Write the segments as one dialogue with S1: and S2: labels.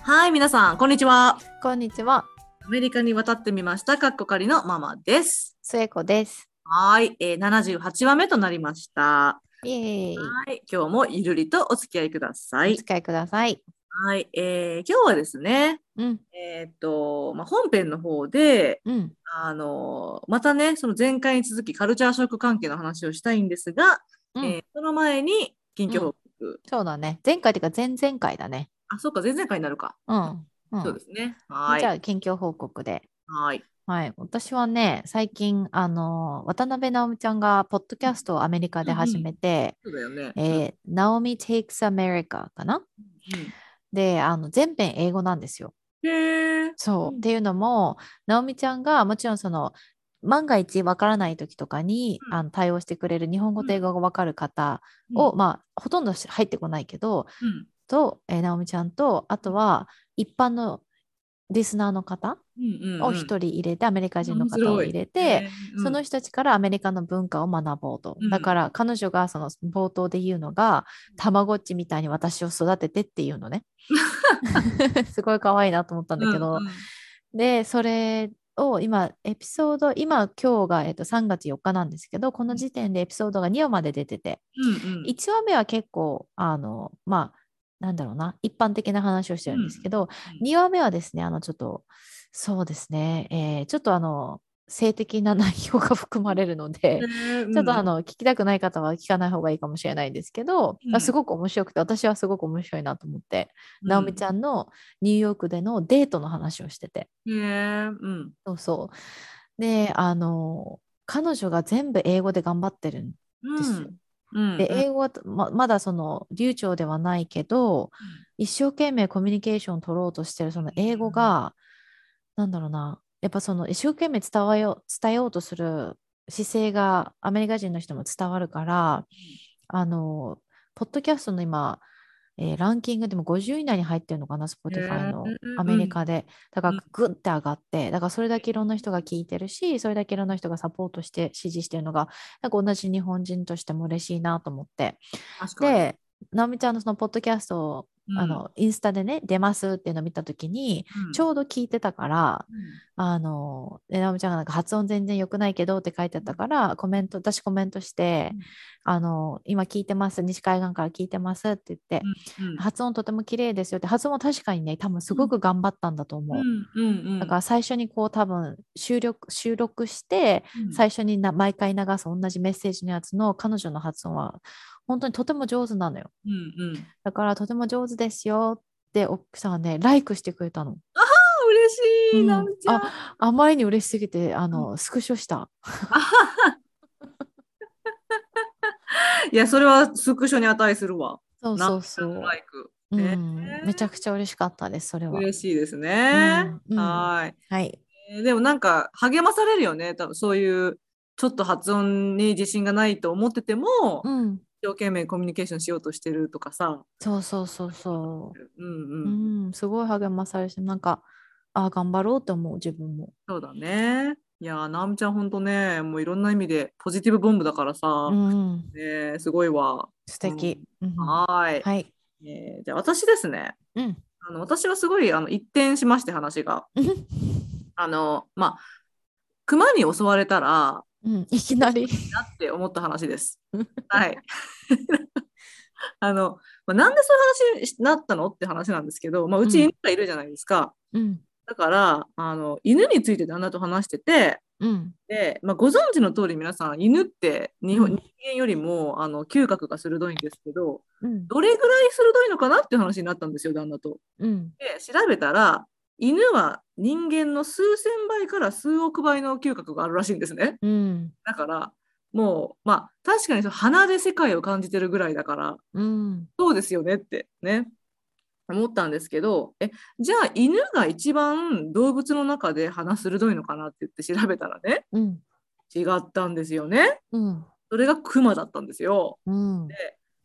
S1: はい、皆さん、こんにちは。
S2: こんにちは、
S1: アメリカに渡ってみました。かっこかりのママです。
S2: 末子です。
S1: はい、えー、78話目となりました。
S2: イエーイ。
S1: はい、今日もゆるりとお付き合いくださ
S2: お
S1: い。
S2: 使いください。
S1: はい、えー、今日はですね、
S2: うん、
S1: えーっと、まあ、本編の方で、
S2: うん、
S1: あのまたね、その前回に続きカルチャーショック関係の話をしたいんですが、
S2: うん
S1: えーその前に近況報告、
S2: そうだね。前回というか前々回だね。
S1: あ、そうか、前々回になるか。
S2: うん、うん。
S1: そうですね。は
S2: じゃ
S1: い。
S2: あ近況報告で。
S1: はい。
S2: はい、私はね、最近あの渡辺直美ちゃんがポッドキャストをアメリカで始めて、
S1: そうだよね。
S2: えー、ナオミ takes America かな。で、あの全編英語なんですよ。
S1: うんへえ。
S2: そうう。
S1: ん
S2: っていうのも、ナオミちゃんがもちろんその、万が一わからない時とかに、
S1: うん
S2: あの対応してくれる日本語
S1: うん
S2: と英語がわかる方を、まあほとんどし入ってこないけど
S1: うん、
S2: と、えー、直美ちゃんとあとは一般のリスナーの方
S1: うんうん、
S2: を一人入れて、アメリカ人の
S1: 面
S2: 方
S1: 白
S2: を
S1: い
S2: 入れて、
S1: へー
S2: その人たちからアメリカの文化を学ぼうと、
S1: うん
S2: だから彼女がその冒頭で言うのがたまごっちみたいに私を育ててっていうの ねすごい可愛いなと思ったんだけど、
S1: うんうん
S2: でそれを今エピソード今今日が、えっと、3月4日なんですけどこの時点でエピソードが2話まで出てて、
S1: うんうん
S2: 1話目は結構あのまあなんだろうな一般的な話をしてるんですけど、
S1: うん
S2: 2話目はですねあのちょっとそうですね、えーちょっとあの性的な内容が含まれるので、
S1: へー
S2: ちょっとあ
S1: うん
S2: の聞きたくない方は聞かない方がいいかもしれないんですけど、
S1: うん
S2: すごく面白くて私はすごく面白いなと思って、
S1: うん
S2: ナオミちゃんのニューヨークでのデートの話をしてて
S1: へえうん
S2: そうそうであの彼女が全部英語で頑張ってるん
S1: うん
S2: ですよ。
S1: うん
S2: で英語はままだその流暢ではないけど、一生懸命コミュニケーションを取ろうとしてるその英語が、なんだろうなやっぱその一生懸命伝わよ伝えようとする姿勢がアメリカ人の人も伝わるから、あのポッドキャストの今、えーランキングでも50位以内に入ってるのかな Spotify の
S1: へーうん
S2: アメリカで、だ
S1: う
S2: か
S1: ん
S2: らグッて上がってだからそれだけいろんな人が聞いてるしそれだけいろんな人がサポートして支持してるのがなんか同じ日本人としても嬉しいなと思って
S1: 確かに
S2: で直美ちゃんのそのポッドキャストを
S1: うん
S2: あのインスタでね出ますっていうのを見た時に
S1: うん
S2: ちょうど聞いてたから
S1: うん
S2: あのえなおみちゃんがなんか発音全然良くないけどって書いてあったからコメント私コメントして
S1: うん
S2: 「あの今聞いてます西海岸から聞いてます」って言って
S1: うん
S2: 「発音とても綺麗ですよ」って発音は確かにね多分すごく頑張ったんだと思う。
S1: うんうんうん
S2: だから最初にこう多分収録収録して
S1: うん
S2: 最初にな毎回流す同じメッセージのやつの彼女の発音は本当にとても上手なのよ。
S1: うんうんあ
S2: だからとても上手ですよって奥さんはねライクしてくれたの。
S1: 嬉し
S2: う
S1: い
S2: ん
S1: なみちゃん
S2: あまりに嬉しすぎてあの、スクショした。
S1: いやそれはスクショに値するわ
S2: そうそうそう。
S1: ライク
S2: うん、めちゃ
S1: ち
S2: くちゃ嬉しかったですそれは。
S1: 嬉しいですね
S2: うんうん
S1: はーい
S2: はい。
S1: えーでもなんか励まされるよね多分そういうちょっと発音に自信がないと思ってても、
S2: うん。
S1: 一生懸命コミュニケーションしようとしてるとかさ、
S2: そうそうそうそ
S1: うん
S2: う。
S1: う、
S2: うんん、すごい励まされてなんかあ頑張ろうって思う自分も。
S1: そうだね。いやー、なおみちゃんほんとね、もういろんな意味でポジティブボンブだからさ、
S2: うん、
S1: ねーすごいわ。
S2: 素敵。うん、は
S1: はーい、
S2: い。
S1: えーじゃあ私ですね、
S2: うん。
S1: あの私はすごいあの一転しまして話が、あの、まあ、熊に襲われたら、
S2: うん、いきなり。
S1: なって思った話 です。はい。 あの、まあ、なんでそういう話になったのって話なんですけど、まあ、うち
S2: うん
S1: 犬がいるじゃないですか。
S2: うん。
S1: だからあの犬について旦那と話してて
S2: うん。
S1: で、まあ、ご存知の通り皆さん犬って日本
S2: うん
S1: 人間よりもあの嗅覚が鋭いんですけど
S2: うん。
S1: どれぐらい鋭いのかなっていう話になったんですよ旦那と。
S2: うん。
S1: で調べたら犬は人間の数千倍から数億倍の嗅覚があるらしいんですね。
S2: うん。
S1: だからもうまあ確かにその鼻で世界を感じてるぐらいだから
S2: うん。
S1: そうですよねってね思ったんですけどえじゃあ犬が一番動物の中で鼻鋭いのかなって言って調べたらね
S2: うん。
S1: 違ったんですよね
S2: うん。
S1: それがクマだったんですよ
S2: うん。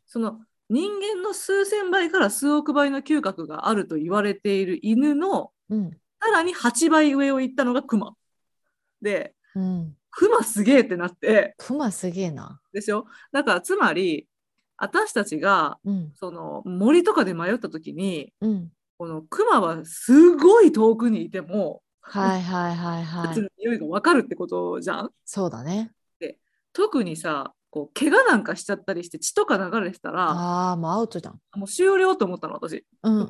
S1: その人間の数千倍から数億倍の嗅覚があると言われている犬の
S2: うん。
S1: さらに8倍上を行ったのがクマで
S2: うん。
S1: クマすげえってなって
S2: クマすげえな。
S1: でしょだからつまり私たちが
S2: うん。
S1: その森とかで迷った時に
S2: うん。
S1: このクマはすごい遠くにいても
S2: はいはいはいは
S1: 靴
S2: い
S1: の。匂いがわかるってことじゃん、
S2: そうだね。
S1: 特にさこう怪我なんかしちゃったりして血とか流れてたら
S2: ああ、もうアウトじゃん。
S1: もう終了と思ったの私
S2: うんうん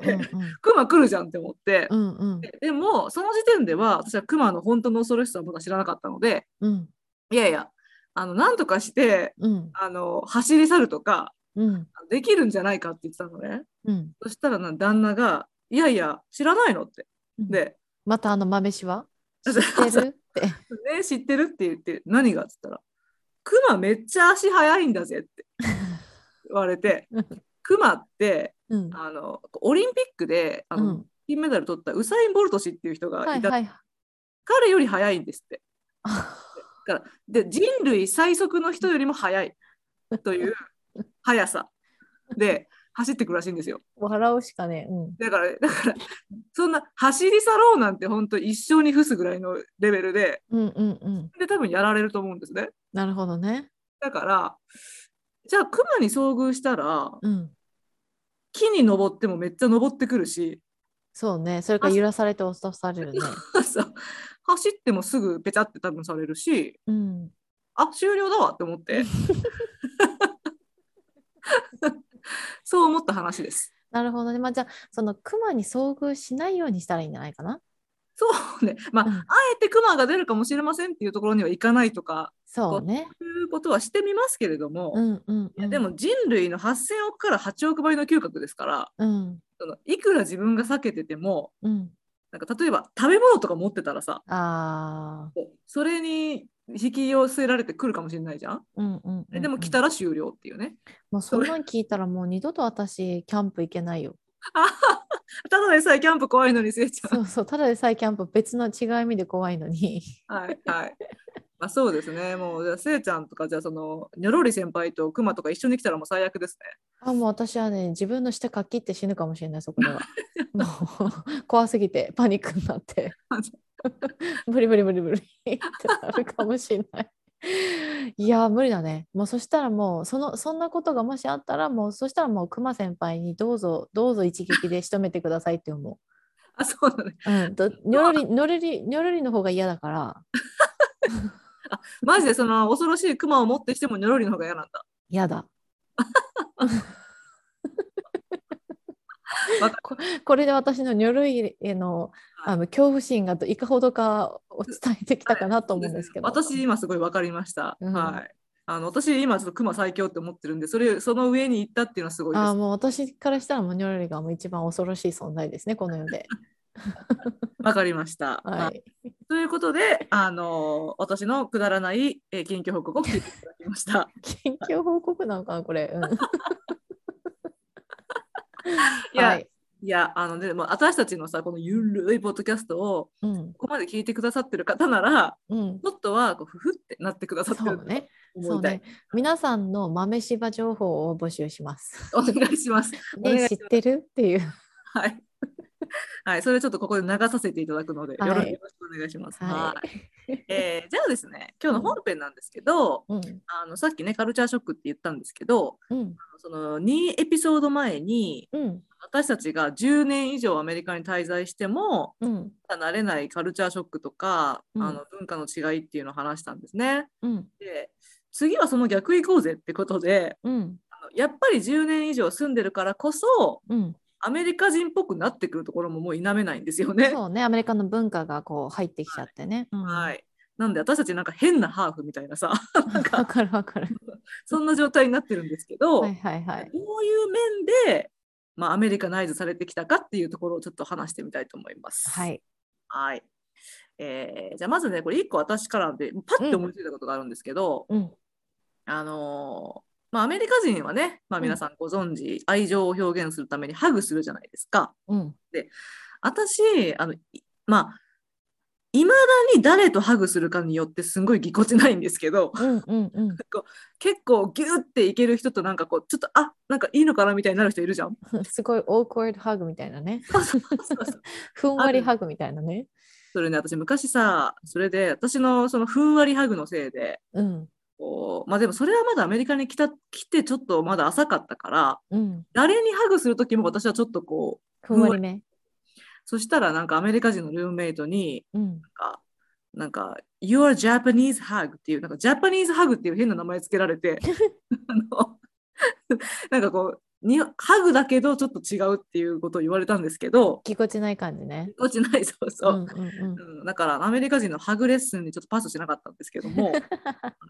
S2: うん。
S1: クマ来るじゃんって思って、
S2: うんうん
S1: ででもその時点では私はクマの本当の恐ろしさはまだ知らなかったので
S2: うん
S1: いやいやあのなんとかして
S2: うん
S1: あの走り去るとか
S2: うん
S1: できるんじゃないかって言ってたのね
S2: うん。
S1: そしたらな旦那が「いやいや知らないの?」ってで
S2: またあの豆しは知
S1: そ
S2: っ
S1: うそう
S2: てるって。
S1: 「ね知ってる?」って言って「何が?」っつったら「クマめっちゃ足速いんだぜ」って言われて「クマって
S2: うん。
S1: あのオリンピックであ
S2: う
S1: の、
S2: ん。
S1: 金メダル取ったウサイン・ボルト氏っていう人がいた、
S2: はいはい。
S1: 彼より速いんですってで人類最速の人よりも速いという速さで走ってくらしいんですよ
S2: 笑うしかねえ。うん。
S1: だからだからそんな走り去ろうなんて本当一生に付すぐらいのレベルで
S2: うんうんうん。
S1: で多分やられると思うんですね
S2: なるほどね。
S1: だからじゃあクマに遭遇したら
S2: うん。
S1: 木に登ってもめっちゃ登ってくるし
S2: そうね。それから揺らされて落とされるね。
S1: そう走ってもすぐペチャって多分されるし
S2: うん。
S1: あ終了だわって思って そう思った話です
S2: なるほどね。まあじゃあ、そのクマに遭遇しないようにしたらいいんじゃないかな。
S1: そうねまあ、
S2: うん
S1: あえてクマが出るかもしれませんっていうところにはいかないとか
S2: そうね。
S1: いうことはしてみますけれども、
S2: う
S1: い
S2: んうん、う
S1: や
S2: ん。
S1: でも人類の8,000億から8億倍の嗅覚ですから
S2: うん
S1: そのいくら自分が避けてても
S2: うん。
S1: なんか例えば食べ物とか持ってたらさ
S2: ああ。
S1: それに引き寄せられてくるかもしれないじゃん。
S2: うんうんうん、
S1: でも来たら終了っていうね。
S2: もうそんなん聞いたらもう二度と私キャンプ行けないよ。
S1: ただでさえキャンプ怖いのにせいちゃん
S2: そ。うそう、ただでさえキャンプ別の違う意味で怖いのに。
S1: はいはい。まあそうですね。もうじゃあせいちゃんとかじゃあそのニョロリ先輩とクマとか一緒に来たらもう最悪です
S2: あ、もう私はね、自分の下かっきって死ぬかもしれない、そこでは。もう怖すぎてパニックになって。無理無理無理無理ってなるかもしれない。いやー無理だね。もうそしたらもうそのそんなことがもしあったらもうそしたらもうクマ先輩にどうぞどうぞ一撃で仕留めてくださいって思う。
S1: ね。あそうだね。
S2: うん、とニョロリニョロリニョロリの方が嫌だから
S1: マジでその恐ろしいクマを持ってしてもニョロリの方が嫌なんだ。
S2: 嫌だ
S1: わか
S2: ここれで私のニョロリへの
S1: はい
S2: あの恐怖心がどいかほどかを伝えてきたかなと思うんですけど、
S1: 私今すごいわかりました。
S2: うん
S1: はい。あの私今ちょっとクマ最強って思ってるんでそれその上に行ったっていうのはすごいで
S2: あー
S1: す。
S2: もう私からしたらもうニョロリがもう一番恐ろしい存在ですねこの世で、
S1: わかりました。
S2: は
S1: はい
S2: い、
S1: ということであの私のくだらない、えー、緊急報告を聞いていただきました。
S2: 緊急報告なのかなこれ、うん、
S1: いや、、
S2: はいい
S1: やあのでも私たちのさこのゆるいポッドキャストを
S2: うん
S1: ここまで聞いてくださってる方なら
S2: うん、
S1: もっとはこうふふってなってくださって
S2: そ
S1: る
S2: う
S1: と
S2: ね
S1: 思
S2: そう
S1: いたい、
S2: ね皆さんの豆柴情報を募集します。
S1: お願いします。お願
S2: ね、
S1: いし
S2: 知
S1: ま
S2: っ
S1: す
S2: てるっていう。
S1: はい。はい、それちょっとここで流させていただくので、
S2: はい
S1: よろしくお願いします。
S2: は
S1: はい。えーじゃあですね、今日の本編なんですけど、
S2: うん
S1: あのさっきね、カルチャーショックって言ったんですけど、
S2: うん
S1: その2エピソード前に、
S2: うん
S1: 私たちが10年以上アメリカに滞在しても、
S2: うん
S1: 慣れないカルチャーショックとか、
S2: うん
S1: あの文化の違いっていうのを話したんですね。
S2: うん
S1: で、次はその逆行こうぜってことで、
S2: うん
S1: あのやっぱり10年以上住んでるからこそ、
S2: うん。
S1: アメリカ人っぽくなってくるところももう否めないんですよね。
S2: そうね、アメリカの文化がこう入ってきちゃってね。うん
S1: はい。なんで私たちなんか変なハーフみたいなさなん
S2: わ
S1: か
S2: かるわかる。
S1: そんな状態になってるんですけど、
S2: はいはいはい。
S1: どういう面で、まあ、アメリカナイズされてきたかっていうところをちょっと話してみたいと思います。
S2: は
S1: はい。
S2: い。
S1: えーじゃあまずねこれ1個私からでパッて思いついたことがあるんですけど、
S2: うん
S1: あのーまあ、アメリカ人はね、まあ、皆さんご存知、愛情を表現するためにハグするじゃないですか。
S2: うん
S1: 私あのいまあいまだに誰とハグするかによってすごいぎこちないんですけど
S2: うんうんうん。
S1: 結構ギューっていける人となんかこうちょっとあなんかいいのかなみたいになる人いるじゃ ん。
S2: すごいオークワードハグみたいなね。
S1: そうそう
S2: ふんわりハグみたいなね。
S1: それね私昔さそれで私のそのふんわりハグのせいで
S2: うん
S1: こうまあでもそれはまだアメリカに来た来てちょっとまだ浅かったから
S2: うん。
S1: 誰にハグする時も私はちょっとこ
S2: ふんわりね。
S1: そしたらなんかアメリカ人のルームメイトに、
S2: うん。
S1: なんか、なんか Your Japanese Hug っていう、なんか Japanese Hug っていう変な名前つけられて、あのなんかこうに、ハグだけどちょっと違うっていうことを言われたんですけど、
S2: ぎこちない感じね。
S1: 落ちない、そうそうう。
S2: んうんうん
S1: うんだからアメリカ人のハグレッスンにちょっとパスしなかったんですけども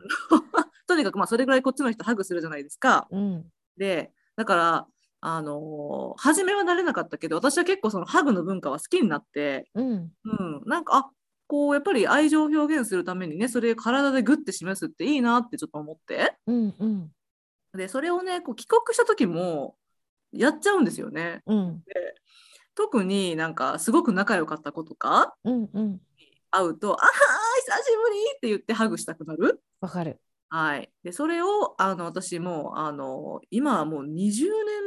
S1: とにかくまあそれぐらいこっちの人ハグするじゃないですか。
S2: うん。
S1: でだから、あのー初めは慣れなかったけど私は結構そのハグの文化は好きになって、
S2: うん。
S1: うん、なんかあこうやっぱり愛情を表現するためにねそれ体でグッて示すっていいなってちょっと思って
S2: うんうん。
S1: でそれをねこう帰国した時もやっちゃうんですよね。
S2: うん。
S1: 特になんかすごく仲良かった子とか
S2: うんうん。
S1: 会うと「ああ久しぶり!」って言ってハグしたくなる。
S2: わかる。
S1: はい、でそれをあの私もうあの今はもう20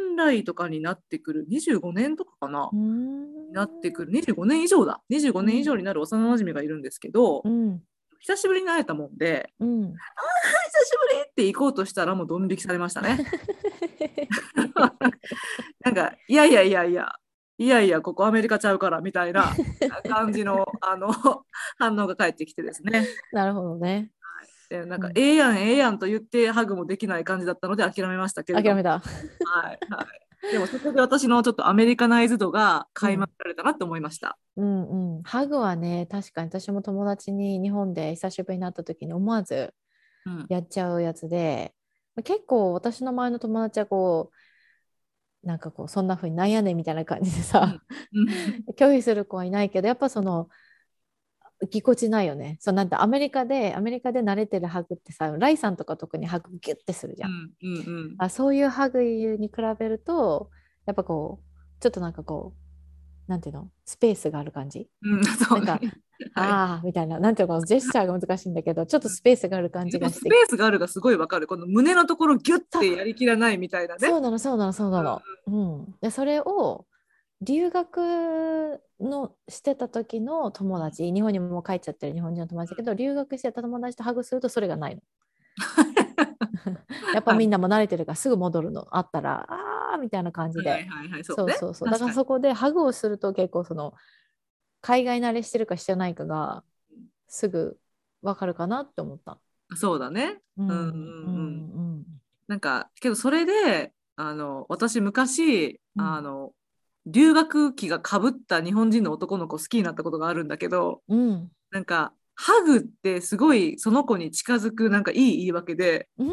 S1: 年来とかになってくる25年とかかな、な
S2: な
S1: ってくる25年以上だ25年以上になる幼なじみがいるんですけど、
S2: うん
S1: 久しぶりに会えたもんで
S2: うん。
S1: 久しぶりって行こうとしたらもうドン引きされました ね。なんかいやいやいやいやいやいやここアメリカちゃうからみたいな感じのあの反応が返ってきてですね
S2: なるほどね。
S1: でなんか、
S2: うん
S1: ええやんええやんと言ってハグもできない感じだったので諦めましたけれど
S2: 諦めた。
S1: はいはい、でもそこで私のちょっとアメリカナイズ度が垣間見られたなって思いました。
S2: うんうん。ハグはね、確かに私も友達に日本で久しぶりに会った時に思わず
S1: うん
S2: やっちゃうやつで、結構私の前の友達はこう、なんかこう、そんな風になんやねんみたいな感じでさ、 拒否する子はいないけどやっぱそのぎこちないよねそうなんてアメリカでアメリカで慣れてるハグってさライさんとか特にハグギュッてするじゃん、
S1: うんうんうん
S2: あそういうハグに比べるとやっぱこうちょっとなんかこうなんていうのスペースがある感じ
S1: うん そう
S2: なん
S1: ね
S2: かああみたいななんていうのかなジェスチャーが難しいんだけどちょっとスペースがある感じ
S1: で
S2: が
S1: もス
S2: し
S1: ペ
S2: て
S1: ースがあるがすごいわかるこの胸のところギュッてやりきらないみたいなね。
S2: そうなのそうなのそうなの、うん、でそれを留学のしてた時の友達日本にもう帰っちゃってる日本人の友達だけど留学してた友達とハグするとそれがな いのやっぱみんなも慣れてるからすぐ戻るのあったらあーみたいな感じで、
S1: はいはいはい、そ
S2: そうう
S1: ね。
S2: そうそう
S1: 確
S2: だ
S1: か
S2: か
S1: に
S2: らそこでハグをすると結構その海外慣れしてるかしてないかがすぐ分かるかなって思った。
S1: そうだね。
S2: うん
S1: うん
S2: うん
S1: なんかけどそれであの私昔、
S2: うん
S1: あの留学期がかぶった日本人の男の子好きになったことがあるんだけど
S2: うん
S1: なんかハグってすごいその子に近づくなんかいい言い訳で
S2: うん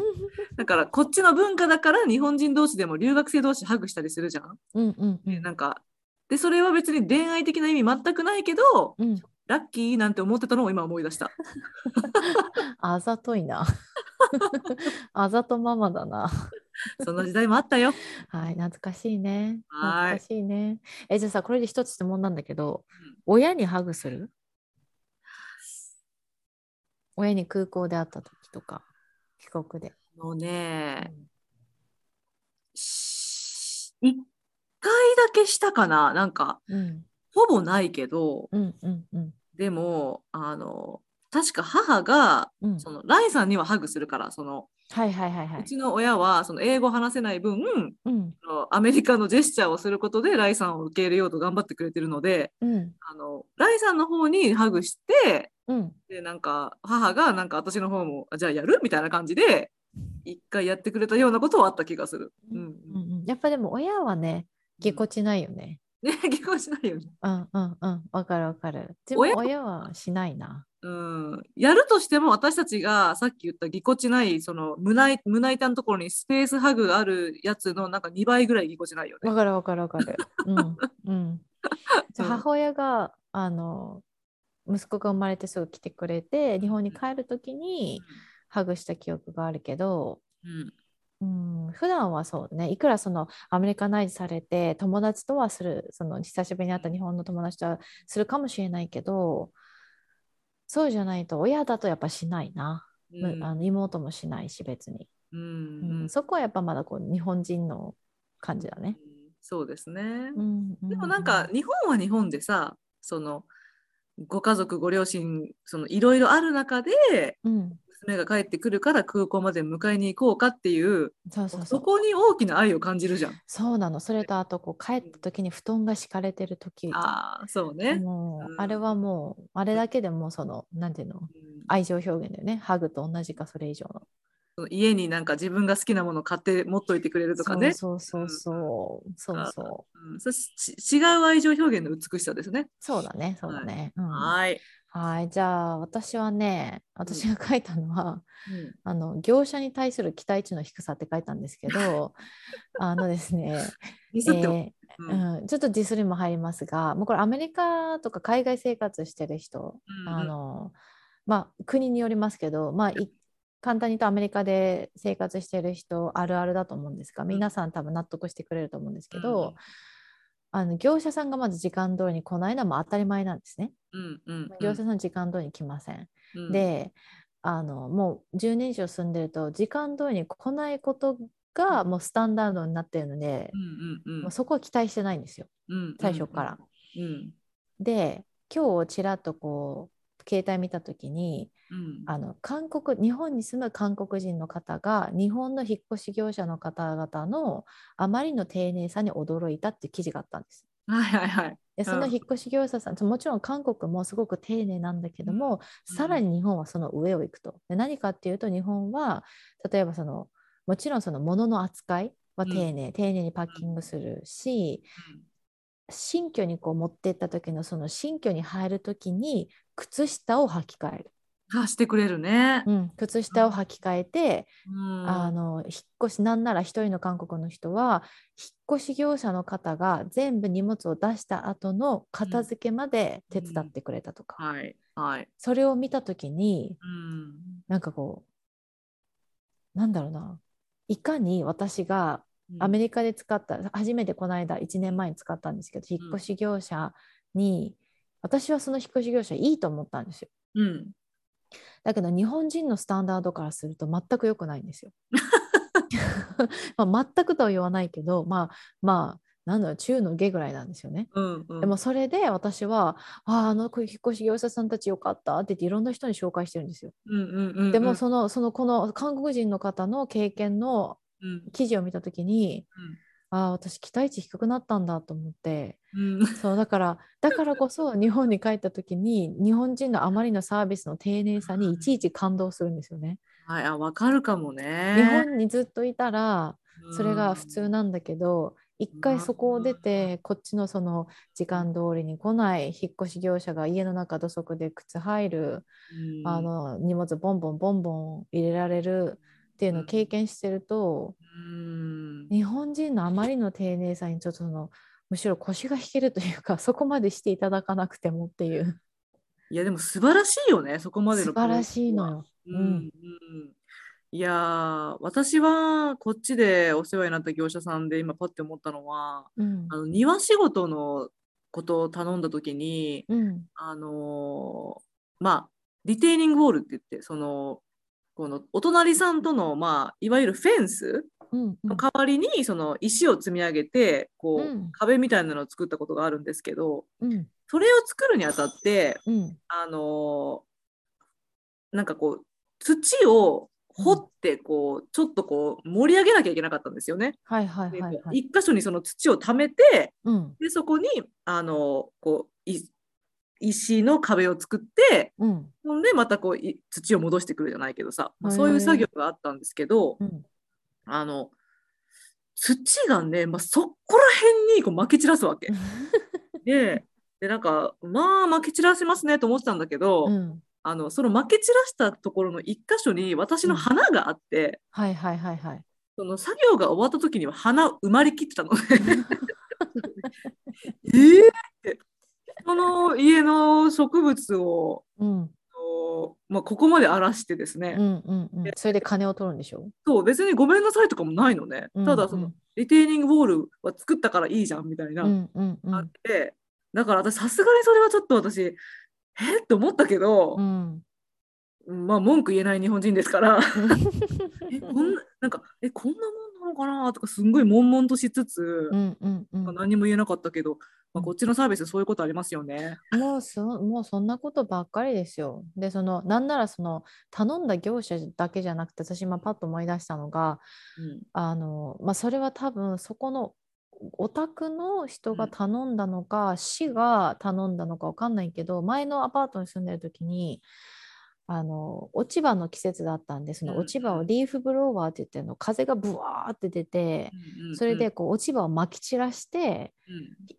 S1: だからこっちの文化だから日本人同士でも留学生同士ハグしたりするじゃん。
S2: うんうんうん
S1: でなんかでそれは別に恋愛的な意味全くないけど
S2: うん
S1: ラッキーなんて思ってたのを今思い出した。
S2: あざといな。 あざとママだな。
S1: そんな時代もあったよ。
S2: はい、懐かしいね。
S1: はーい
S2: 懐かしいね。え、じゃあさ、これで一つ質問なんだけど、親にハグする親に空港で会った時とか、帰国で。
S1: あの
S2: う
S1: ね
S2: ん
S1: し一回だけしたかななんか
S2: うん
S1: ほぼないけど
S2: うんうんうん
S1: でもあの確か母が
S2: うん。
S1: そのライさんにはハグするからその
S2: はいはいはいは
S1: う
S2: い。
S1: ちの親はその英語話せない分
S2: うん
S1: あのアメリカのジェスチャーをすることでライさんを受け入れようと頑張ってくれてるので
S2: うん
S1: あのライさんの方にハグして
S2: うん。
S1: でなんか母がなんか私の方もあじゃあやるみたいな感じで一回やってくれたようなことはあった気がする。 うん
S2: うんうんやっぱでも親はね、ぎこちないよね。
S1: ね、結婚しないよね。
S2: うんうんうん。わかるわかる。でも
S1: 親
S2: 親はしないな。
S1: うん、やるとしても私たちがさっき言ったぎこちないその胸胸板のところにスペースハグがあるやつのなんか2倍ぐらいぎこちないよね。
S2: わかるわかるわかる。 うん。うん、そう母親があの息子が生まれてすぐ来てくれて日本に帰る時にハグした記憶があるけど、
S1: うん
S2: うん、普段はそうねいくらそのアメリカナイズされて友達とはするその久しぶりに会った日本の友達とはするかもしれないけどそうじゃないと親だとやっぱしないな、
S1: うんうん
S2: あの妹もしないし別に、
S1: う
S2: うん
S1: ん
S2: そこはやっぱまだこう日本人の感じだね。
S1: そうですね。
S2: うん
S1: でもなんか日本は日本でさそのご家族ご両親そのいろいろある中で
S2: うん、
S1: 娘が帰ってくるから空港まで迎えに行こうかっていう
S2: そう
S1: そ
S2: そうそう。
S1: こに大きな愛を感じるじゃん。
S2: そうなの。それとあとこう帰った時に布団が敷かれてる時、
S1: ああそうね。
S2: もう
S1: うん
S2: あれはもうあれだけでもうそのなんていうの
S1: うん
S2: 愛情表現だよね。ハグと同じかそれ以上の。
S1: その家になんか自分が好きなもの買って持っといてくれるとかね。
S2: そうそうそうそう。そうそう。
S1: うんそし違う愛情表現の美しさですね。
S2: そうだね。そうだね。うん
S1: はい。
S2: はい。じゃあ私はね、私が書いたのは、
S1: うん
S2: あの業者に対する期待値の低さって書いたんですけ ど、あのですね、
S1: ミスっても、
S2: えー
S1: うん
S2: うんちょっとディスりも入りますが、もうこれアメリカとか海外生活してる人、
S1: うん
S2: あのまあ、国によりますけど、まあ、い簡単に言うとアメリカで生活してる人あるあるだと思うんですが皆さん多分納得してくれると思うんですけど、あの業者さんがまず時間通りに来ないのはもう当たり前なんですね。
S1: うんうん
S2: 業者さん時間通りに来ません。
S1: うん、
S2: であのもう10年以上住んでると時間通りに来ないことがもうスタンダードになってるので
S1: う、んうんうん
S2: もうそこは期待してないんですよ
S1: うん
S2: 最初から。。
S1: うん
S2: で今日ちらっとこう携帯見た時に
S1: うん
S2: あの韓国日本に住む韓国人の方が日本の引っ越し業者の方々のあまりの丁寧さに驚いたっていう記事があったんです。
S1: はいはいはい。
S2: でその
S1: うん
S2: 引っ越し業者さん、もちろん韓国もすごく丁寧なんだけども、
S1: うん
S2: さらに日本はその上を行くと。で何かっていうと日本は例えばそのもちろんその物の扱いは丁寧、丁寧にパッキングするし、新居にこう持ってった時のその新居に入る時に靴下を履き替える、
S1: あしてくれるね。
S2: うん、靴下を履き替えて、
S1: うん
S2: あの引っ越しなんなら一人の韓国の人は引っ越し業者の方が全部荷物を出した後の片付けまで手伝ってくれたとか、
S1: はいはい。
S2: それを見た時に
S1: うん
S2: なんかこうなんだろうないかに私がアメ
S1: リ
S2: リカで使った初めてこの間1年前に使ったんですけど引っ越し業者に私はその引っ越し業者いいと思ったんですよ
S1: カ。うん。
S2: だけど日本人のスタンダードからすると全く良くないんで すよ。 まあ、全くとは言わないけどまあまあなんだろう中の下ぐらいなんですよね。
S1: うんうん。
S2: でもそれで私は「あああの引っ越し業者さんたちよかった」って言っていろんな人に紹介してるんですよ。
S1: うんうんうんうん。
S2: でもそのそのこの韓国人の方の経験の
S1: うん
S2: 記事を見た時に、ああ私期待値低くなったんだと思って
S1: うん
S2: そうだからだからこそ 日本に帰った時に日本人のあまりのサービスの丁寧さにいちいち感動するんですよね。
S1: はいあわかるかもね。
S2: 日本にずっといたらそれが普
S1: う
S2: 通
S1: ん
S2: なんだけど一回そこを出てこっちのその時間通りに来ない引っ越し業者が家の中土足で靴入る
S1: うん
S2: あの荷物ボンボンボンボン入れられるっていうのを経験してると
S1: うん
S2: 日本人のあまりの丁寧さにちょっとそのむしろ腰が引けるというか そこまでしていただかなくてもっていう
S1: いやでも素晴らしいよねそこまでの
S2: 素晴らしいのよ。
S1: うん
S2: うん
S1: うん、いやー私はこっちでお世話になった業者さんで今パッて思ったのは
S2: うん
S1: あの庭仕事のことを頼んだ時に
S2: うん
S1: あのーまあリテイニングウォールって言ってそのこのお隣さんとの、まあ、いわゆるフェンス
S2: うんうん
S1: の代わりにその石を積み上げてこう、
S2: うん
S1: 壁みたいなのを作ったことがあるんですけど
S2: うん
S1: それを作るにあたって
S2: うん
S1: あのーなんかこう土を掘ってこうちょっとこう盛り上げなきゃいけなかったんですよね。
S2: はいはい
S1: で
S2: はいはい。
S1: 一箇所にその土を貯めて
S2: うん
S1: でそこにあのーこうい石の壁を作って
S2: うん
S1: ほんでまたこうい土を戻してくるじゃないけどさ、まあ
S2: へー
S1: そういう作業があったんですけど
S2: うん
S1: あの土がね、まあ、そこら辺にこうまき散らすわけ。ででなんかまあまき散らしますねと思ってたんだけど。
S2: うん
S1: あのその負け散らしたところの一箇所に私の花があって、
S2: はいはいはいはい。
S1: その作業が終わった時には花埋まりきってたのね。えーって人の家の植物を
S2: うん
S1: こうまあ、ここまで荒らしてですね、
S2: うんうんうん。それで金を取るんでしょ。
S1: そう別にごめんなさいとかもないのね、
S2: うん
S1: ただその、リテイニングウォールは作ったからいいじゃんみたいな、
S2: うんうんう
S1: あっ
S2: ん
S1: てだから私さすがにそれはちょっと私えっと思ったけど
S2: う、ん。
S1: まあ文句言えない日本人ですから。
S2: う
S1: えこんななんかえこんなもんのかなとかすんごい悶々としつつ、
S2: うんうんうん
S1: まあ何も言えなかったけど、まあ、こっちのサービスそういうことありますよね。
S2: もうそもうそんなことばっかりですよ。でそのなんならその頼んだ業者だけじゃなくて私今パッと思い出したのが
S1: うん
S2: あの、まあ、それは多分そこのお宅の人
S1: う
S2: が
S1: ん
S2: 頼んだのか、市が頼んだのかわかんないけど前のアパートに住んでる時にあの落ち葉の季節だったんでその落ち
S1: う
S2: 葉
S1: んう
S2: を
S1: ん
S2: リーフブロワーって言ってるの風がブワーって出て
S1: うん
S2: それで、こう落ち葉をまき散らして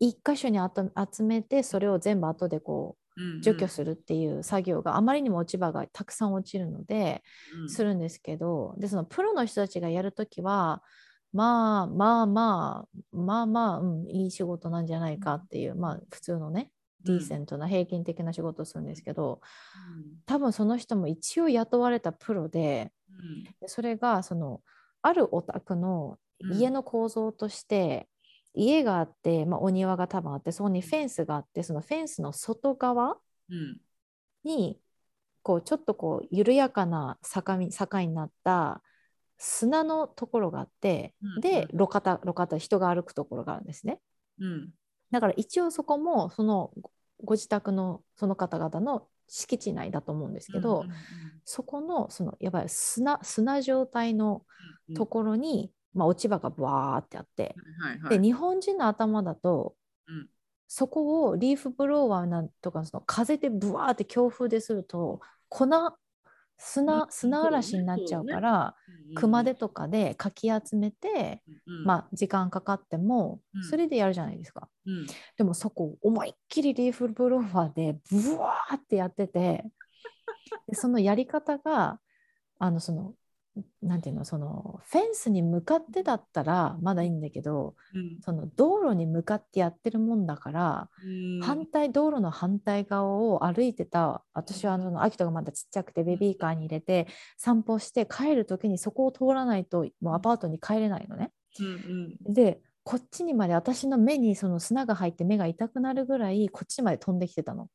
S1: うん
S2: 一箇所にあと集めてそれを全部後でこう
S1: うん
S2: 除去するっていう作業があまりにも落ち葉がたくさん落ちるので、
S1: うん
S2: するんですけどでそのプロの人たちがやるときはまあまあまあまあまあ、うん、いい仕事なんじゃないかっていうまあ普通のねディーセントな平均的な仕事をするんですけど多分その人も一応雇われたプロで
S1: うん
S2: でそれがそのあるお宅の
S1: うん
S2: 家の構造として、家があって、まあ、お庭が多分あってそこにフェンスがあってそのフェンスの外側
S1: うん
S2: にこうちょっとこう緩やかな坂み坂になった砂のところがあって、
S1: うん
S2: で路肩路肩人が歩くところがあるんですね
S1: うん
S2: だから一応そこもそのごご自宅のその方々の敷地内だと思うんですけど、
S1: うん
S2: そこのそのやばい砂砂状態の
S1: うん
S2: ところに、まあ、落ち葉がバーってあって、
S1: はいはい
S2: で日本人の頭だと、
S1: うん
S2: そこをリーフブロワーなんとかその風でブワーって強風ですると粉砂砂嵐になっちゃうから、熊手とかでかき集めて、
S1: うん
S2: まあ時間かかっても
S1: うん
S2: それでやるじゃないですか、
S1: うん
S2: でもそこを思いっきりリーフブロワーでブワーってやっ ててでそのやり方があのそのなんていうのそのフェンスに向かってだったらまだいいんだけど、
S1: うん
S2: その道路に向かってやってるもんだから、
S1: うん
S2: 反対道路の反対側を歩いてた私はあの秋田がまだちっちゃくてベビーカーに入れて散歩して帰る時にそこを通らないともうアパートに帰れないのね。
S1: うん
S2: でこっちにまで私の目にその砂が入って目が痛くなるぐらいこっちまで飛んできてたの。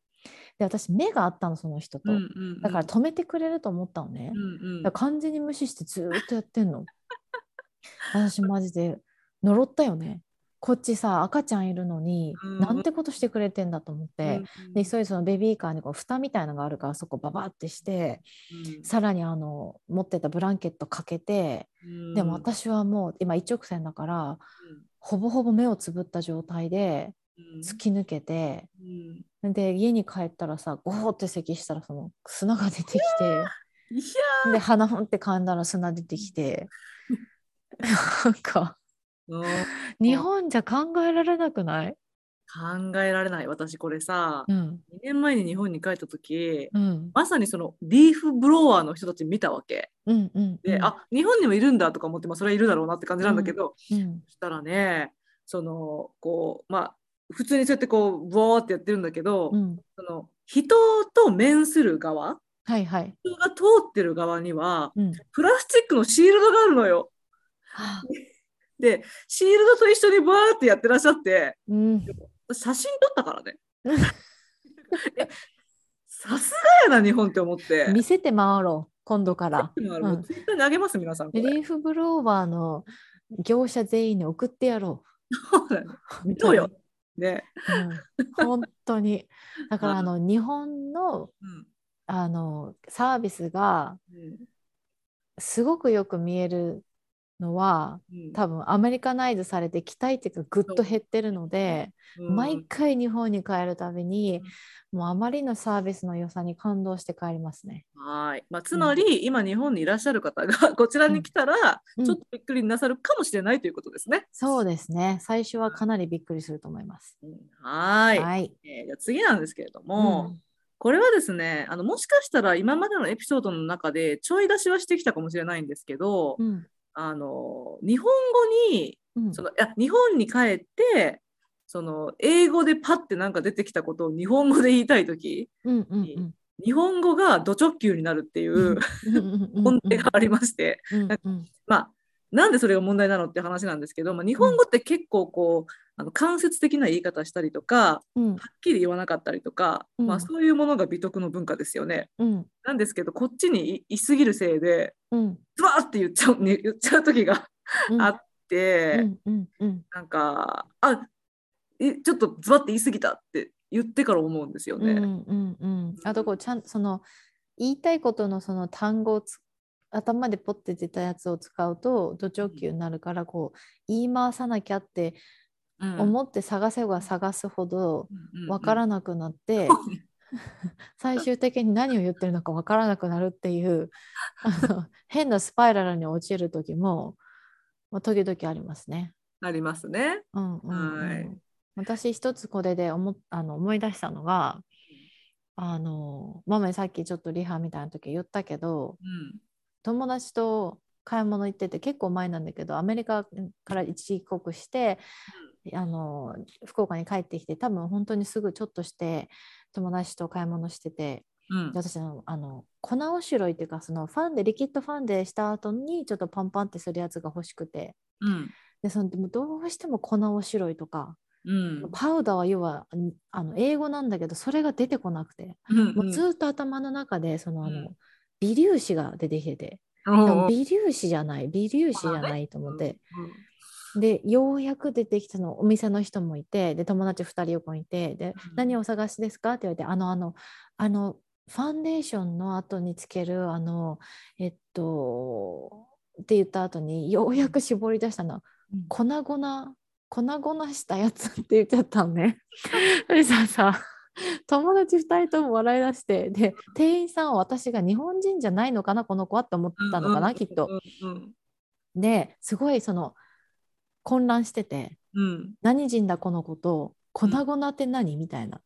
S2: で私目があったのその人と。
S1: うんうん
S2: だから止めてくれると思ったのね。
S1: うんうん
S2: だから完全に無視してずーっとやってんの。 私マジで呪ったよね。こっちさ赤ちゃんいるのに、
S1: うん
S2: なんてことしてくれてんだと思って、
S1: うん
S2: で急いでそのベビーカーにこう蓋みたいのがあるからそこババってして
S1: うん
S2: さらにあの持ってたブランケットかけて、でも私はもう今一直線だからほぼほぼ目をつぶった状態で
S1: うん
S2: 突き抜けて、
S1: うん
S2: で家に帰ったらさゴーって咳したらその砂が出てきて。
S1: いや
S2: で鼻ふんって噛んだら砂出てき てなんか
S1: ー
S2: 日本じゃ考えられなくない
S1: 考えられない私これさ
S2: うん
S1: 2年前に日本に帰った時
S2: うん
S1: まさにそのリーフブロワーの人たち見たわけ
S2: うんうん
S1: で、あ日本にもいるんだとか思って、まあ、それはいるだろうなって感じなんだけど、
S2: うん
S1: そしたらねそのこうまあ普通にそうやってこうブワーってやってるんだけど、
S2: うん
S1: その人と面する側
S2: はいはい
S1: 人が通ってる側には
S2: うん
S1: プラスチックのシールドがあるのよ。
S2: はあ
S1: でシールドと一緒にバーってやってらっしゃって
S2: うん
S1: 写真撮ったから ね。えさすがやな日本って思って。
S2: 見せて回ろう今度 から
S1: 今もううんツイッターにあげます皆さんこ
S2: リ
S1: れ。
S2: リーフブローバーの業者全員に送ってやろ
S1: そうだよ
S2: う
S1: 見とうよ。ね。
S2: うん本当にだからあの日本の
S1: うん
S2: あのサービスが
S1: うん
S2: すごくよく見えるのは
S1: うん
S2: 多分アメリカナイズされて期待値がぐっと減ってるので、
S1: うん
S2: 毎回日本に帰るたびに、もうあまりのサービスの良さに感動して帰りますね。
S1: はい、まあ、つまり、今日本にいらっしゃる方が こちらに来たら、
S2: うん
S1: ちょっとびっくりなさるかもしれないということですね。
S2: そうですね。最初はかなりびっくりすると思います。
S1: うんはーい、
S2: はい。
S1: えーじゃあ次なんですけれど
S2: う
S1: も、これはですねあのもしかしたら今までのエピソードの中でちょい出しはしてきたかもしれないんですけど、
S2: んうん
S1: あの日本語に
S2: うん
S1: そのいや日本に帰ってその英語でパッてなんか出てきたことを日本語で言いたい時
S2: うんうんうん
S1: 日本語がド直球になるっていううん
S2: うんうん
S1: 根底がありまして。
S2: うんうん
S1: まあ、なんでそれが問題なのって話なんですけど、まあ、日本語って結構こう、あの間接的な言い方したりとかは
S2: うん
S1: っきり言わなかったりとか、
S2: うん
S1: まあ、そういうものが美徳の文化ですよね。
S2: うん
S1: なんですけどこっちにいいすぎるせいで
S2: うん
S1: ズワーって言っちゃう,、ね、言っちゃう時が
S2: うん
S1: あって、
S2: うんうんうん
S1: なんかあえちょっとズバッて言い過ぎたって言ってから思うんですよ
S2: う
S1: ね。
S2: んうんうん、あとこうちゃんその言いたいことのその単語をつ頭でポッて出たやつを使うと土直球になるからこう言い回さなきゃって
S1: うん
S2: 思って探せば探すほど分 か
S1: ん、
S2: らなくなって、
S1: そうね
S2: 最終的に何を言ってるのか分からなくなるっていうあの変なスパイラルに陥る時も、まあ、時々ありますね。
S1: ありますね。
S2: うんうんうん
S1: はい
S2: 私一つこれで思あの思い出したのがあのママにさっきちょっとリハみたいな時言ったけど
S1: うん
S2: 友達と買い物行ってて結構前なんだけどアメリカから一時帰国してあの福岡に帰ってきて多分本当にすぐちょっとして友達と買い物してて
S1: うん
S2: で私のあの粉おしろいっていうかそのファンデリキッドファンデした後にちょっとパンパンってするやつが欲しくて
S1: うん
S2: でそのでもどうしても粉おしろいとか
S1: うん
S2: パウダーは要はんあの英語なんだけどそれが出てこなくて、
S1: うん
S2: もうずーっと頭の中でそのあ
S1: う
S2: の
S1: ん
S2: 微粒子が出てきてて、
S1: うん
S2: で
S1: う
S2: も
S1: ん
S2: 微粒子じゃない微粒子じゃないと思って、
S1: うん
S2: でようやく出てきたのお店の人もいてで友達2人横にいて
S1: う
S2: で、
S1: ん
S2: 何をお探しですか?」って言われて「あのあのあのファンデーションの後につけるあのえっと」って言った後にようやく絞り出したのは
S1: うん
S2: 粉々粉々したやつって言っちゃったのね。でささ友達2人とも笑い出してで店員さんは私が日本人じゃないのかなこの子はって思ったのかな、きっと。。
S1: うん
S2: ですごいその混乱してて
S1: うん
S2: 「何人だこの子」と「粉々って何?」みたいな。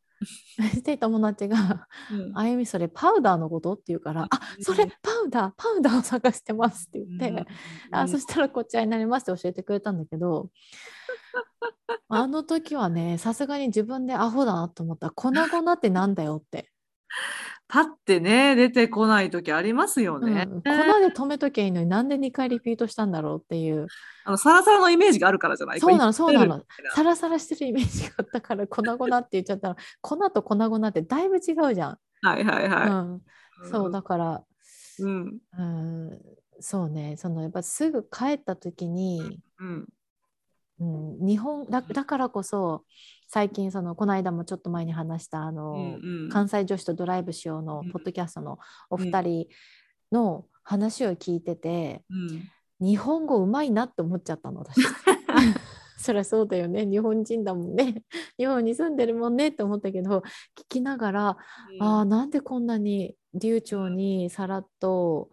S2: そして友達が
S1: うん
S2: 「あゆみそれパウダーのこと?」って言うから「あそれパウダーパウダーを探してます」って言って。あそしたらこちらになりますって教えてくれたんだけ どあの時はねさすがに自分でアホだなと思った粉々ってなんだよって、
S1: パってね出てこない時ありますよ
S2: うん
S1: ね。
S2: 粉で止めときゃいいのになんで2回リピートしたんだろうっていう
S1: あのサラサラのイメージがあるからじゃない
S2: そうなの
S1: こ
S2: そうな
S1: 言っ
S2: の
S1: てるみたい
S2: サラサラしてるイメージがあったから粉々って言っちゃったら粉と粉々ってだいぶ違うじゃん、
S1: はいはいはい。
S2: うん、そうだから
S1: うん
S2: うんそうねそのやっぱすぐ帰った時に、
S1: うん
S2: うん、日本だだからこそ最近そのこの間もちょっと前に話したあ
S1: う
S2: の、
S1: ん
S2: 関西女子とドライブしようの
S1: うん
S2: ポッドキャストのお二人の話を聞いてて、
S1: うん
S2: 日本語うまいなって思っちゃったの 私。そりゃそうだよね日本人だもんね日本に住んでるもんねって思ったけど聞きながら、あーなんでこんなに流暢にさらっと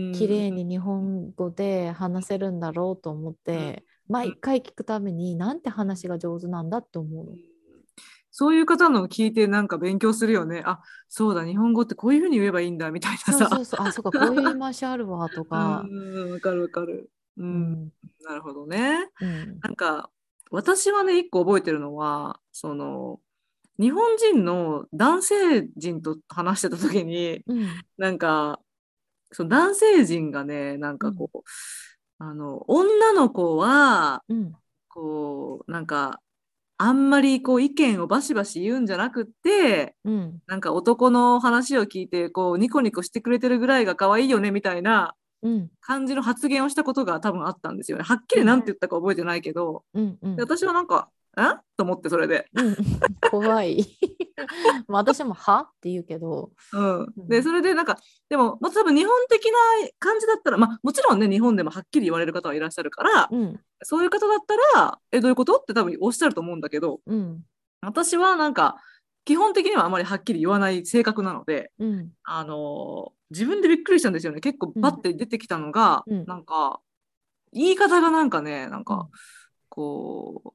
S1: うん
S2: 綺麗に日本語で話せるんだろうと思って、毎回聞くためになんて話が上手なんだって思うの。
S1: そういう方のを聞いてなんか勉強するよね。あそうだ日本語ってこういうふうに言えばいいんだみたいな
S2: そう
S1: さ。
S2: そうそうあそうかこういう言い回しあるわとか。
S1: うんわかるわかる。 う、
S2: うんん
S1: なるほどね。
S2: うん
S1: なんか私はね一個覚えてるのはその日本人の男性人と話してた時に
S2: うん
S1: なんかその男性人がねなんかこう、あの女の子は
S2: うん
S1: こうなんかあんまりこう意見をバシバシ言うんじゃなくって
S2: うん
S1: なんか男の話を聞いてこうニコニコしてくれてるぐらいが可愛いよねみたいな
S2: うん
S1: 感じの発言をしたことが多分あったんですよね。はっきり何て言ったか覚えてないけど、
S2: うんうん
S1: で私はなんか「えと思ってそれで。
S2: うん 怖い。まあ私も「は?」って言うけど。
S1: うん、
S2: う
S1: で
S2: ん
S1: それでなんかでも、まあ、多分日本的な感じだったら、まあ、もちろんね日本でもはっきり言われる方はいらっしゃるから
S2: うん
S1: そういう方だったら「えどういうこと?」って多分おっしゃると思うんだけど
S2: うん
S1: 私はなんか基本的にはあまりはっきり言わない性格なので、
S2: うん
S1: あのー自分でびっくりしたんですよね結構バッて出てきたのが、
S2: うん
S1: なんか言い方がなんかねなんか。こう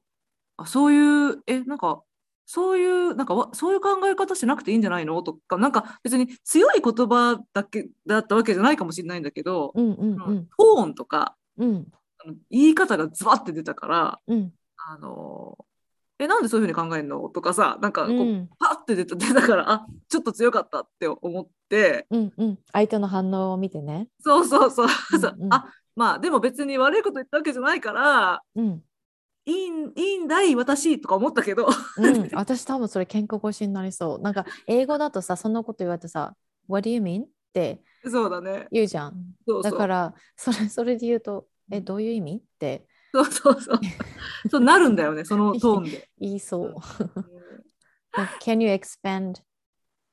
S1: あそういうえなんかそういうなんかわそういう考え方しなくていいんじゃないのとかなんか別に強い言葉だけだったわけじゃないかもしれないんだけど、
S2: うんうんう
S1: うんんトーンとか
S2: うん
S1: あの言い方がズバッて出たから
S2: うん
S1: あのえなんでそういうふうに考えるのとかさなんかこう、
S2: うん
S1: パッて出た出たからあちょっと強かったって思って
S2: うんうん相手の反応を見てね。
S1: そうそうそう、
S2: うんうん
S1: あまあでも別に悪いこと言ったわけじゃないから
S2: うん
S1: いいんいいんだい私とか思ったけど。
S2: うん、私多分それ喧嘩腰になりそう。なんか英語だとさ、そんなこと言われてさ、What do you mean? って
S1: そうだね。
S2: 言うじゃん。
S1: そうそ
S2: だ
S1: う
S2: からそれそれで言うと、え、どういう意味って
S1: そうそうそう。そうなるんだよね、そのトーンで。
S2: 言いそう。なんか Can you expand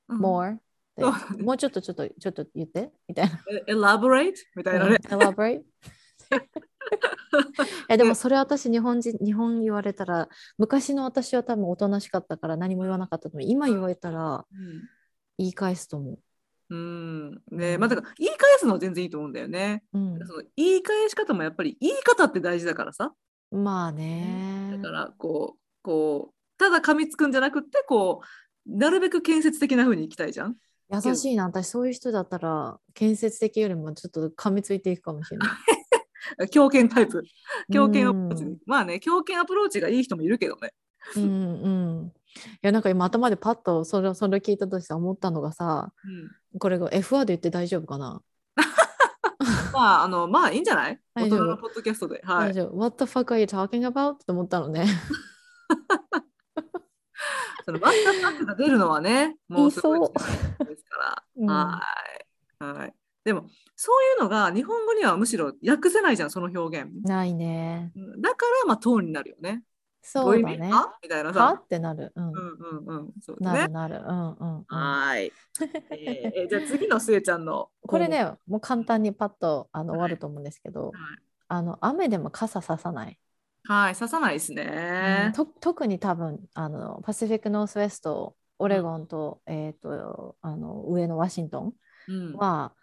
S1: うん
S2: more? って
S1: そうだね
S2: もうちょっとちょっとちょっと言ってみたいな。
S1: え Elaborate? みたいなね。
S2: Elaborate? えでもそれ私日本人日本言われたら昔の私は多分おとなしかったから何も言わなかったと思う今言われたら言い返すと思
S1: うん。ねまあ、だから言い返すのは全然いいと思うんだよね。
S2: う、うん、
S1: その言い返し方もやっぱり言い方って大事だからさ。
S2: まあね
S1: だからこう、こう、ただ噛みつくんじゃなくって、こう、なるべく建設的な風にいきたいじゃん。
S2: 優しいな私そういう人だったら建設的よりもちょっと噛みついていくかもしれ ない
S1: 狂犬タイプ。狂犬アプローチ
S2: うん。
S1: まあね、狂犬アプローチがいい人もいるけどね。
S2: うんうんいやなんか今頭でパッとそれをそれ聞いたとして思ったのがさこれが F ワード言って大丈夫かな、
S1: うんまあ、あの、まあいいんじゃない大
S2: 大丈夫
S1: 人のポッドキャストで。は
S2: 大
S1: い。
S2: 丈夫 What the fuck are you talking about? って思ったのね
S1: そのワンダーパックが出るのはね、もうすごい
S2: 言い
S1: ですか
S2: そ
S1: ら。
S2: うん
S1: はい。はい。でも、そういうのが日本語にはむしろ訳せないじゃん、その表現。
S2: ないね
S1: うんだから、まあ、トーンになるよね。
S2: そう
S1: ど
S2: だ
S1: い意味
S2: ね
S1: あみたいな
S2: は
S1: さ。
S2: ってなる、う
S1: う
S2: ん
S1: んうんうん。そうです
S2: な
S1: ね
S2: る。なるうんうん、うん、
S1: はい。えーえーじゃあ次のすえちゃんの。
S2: これ。ねもう簡単にパッとあの終わると思うんですけど、あの雨でも傘ささない
S1: はい、刺さないですね。
S2: と特に多分あのパシフィック・ノースウェストオレゴンと,、えー、とあの上のワシントン
S1: うん
S2: は、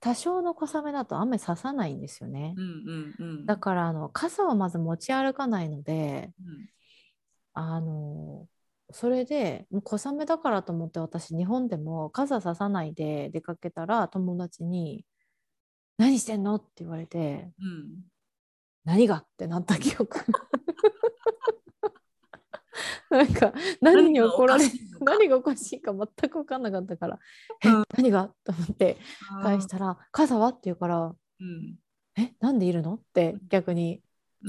S2: 多少の小雨だと雨ささないんですよね
S1: う、んうんうん。
S2: だからあの傘をまず持ち歩かないので
S1: うん
S2: あのそれでもう小雨だからと思って私日本でも傘ささないで出かけたら友達に「何してんの?」って言われて
S1: うん。
S2: 何がってなった記憶 なんか何に怒られ
S1: 何がおかしいのか
S2: 何がおかしいか全く分かんなかった から「え
S1: うん
S2: 何が?」と思って返したら「傘は?」って言うから
S1: うん。
S2: 「えなんでいるの?」って逆に、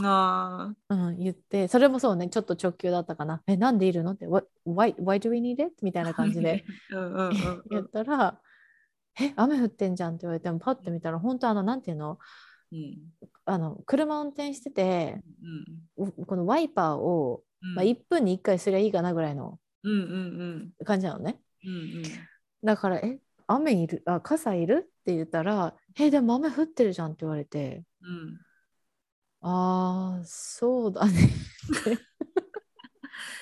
S1: ああ。
S2: うん、言ってそれもそうねちょっと直球だったかな「えなんでいるの?」って「What- why, why do we need it?」みたいな感じで
S1: うんうんうんう
S2: 言っ
S1: ん。
S2: たら「え雨降ってんじゃん」って言われてもパッて見たら本当あのなんていうの
S1: うん
S2: あの車運転してて
S1: うん
S2: うこのワイパーを
S1: うん
S2: まあ、1分に1回すりゃいいかなぐらいの
S1: うんうんうん
S2: 感じなのね。
S1: うんうん。
S2: だから、え、雨いるあ、傘いるって言ったら、え、でも雨降ってるじゃんって言われて、
S1: うん
S2: ああ、そうだね。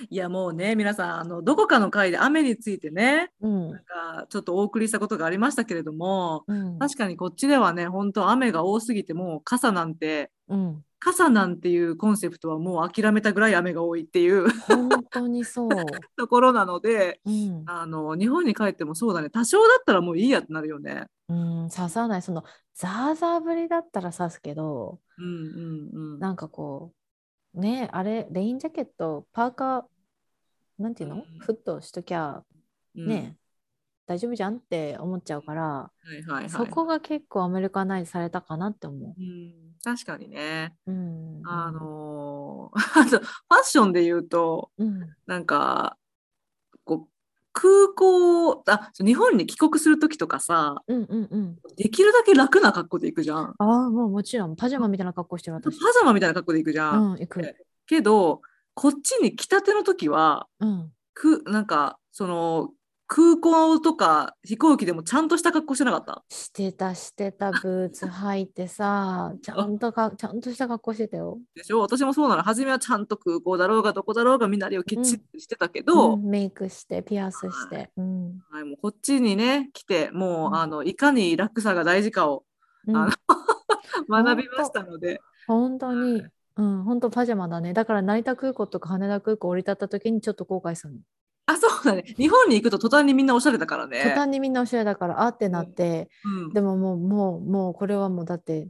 S1: いやもうね皆さんあのどこかの回で雨についてね
S2: うん。
S1: なんかちょっとお送りしたことがありましたけれども
S2: うん。
S1: 確かにこっちではね本当雨が多すぎてもう傘なんて
S2: うん、
S1: 傘なんていうコンセプトはもう諦めたぐらい雨が多いっていう
S2: 本当にそう。
S1: ところなので
S2: うん。
S1: あの日本に帰ってもそうだね多少だったらもういいやってなるよね。
S2: うん、刺さない。その、ザーザーぶりだったら刺すけど、
S1: うんうんうん、
S2: なんかこう、ね、あれ、レインジャケット、パーカー、なんていうの
S1: うん
S2: フットしときゃ、
S1: うん
S2: ね、大丈夫じゃんって思っちゃうから、
S1: はいはいはい、
S2: そこが結構アメリカナイズされたかなって思
S1: うん、確かにね、
S2: う。うん、
S1: あ、のー あとファッションで言うと
S2: うん、
S1: なんかこう空港あ日本に帰国する時とかさ
S2: うんうんうん。
S1: できるだけ楽な格好で行くじゃん。
S2: ああ、もうもちろんパジャマみたいな格好してる
S1: パ
S2: 私
S1: ジ。ャマみたいな格好で行くじゃ。
S2: うんん、行く。
S1: けどこっちに来たての時は
S2: うん。
S1: くなんかその空港とか飛行機でもちゃんとした格好してなかった。
S2: してたしてたブーツ履いてさ、ちゃんとかちゃんとした格好してたよ。
S1: でしょ私もそうなの初めはちゃんと空港だろうがどこだろうがみんなりをきっちりしてたけど、
S2: んメイクしてピアスして。うん。
S1: はい、もうこっちにね来てもう、
S2: うん
S1: あのいかに楽さが大事かを
S2: うん
S1: あの学びましたので、
S2: 本当に。うん、本当パジャマだね。だから成田空港とか羽田空港降り立った時にちょっと後悔するの。
S1: あそうだね日本に行くと途端にみんなおしゃれだからね
S2: 途端にみんなおしゃれだからあーってなって、
S1: うん
S2: でももうもうもうこれはもうだって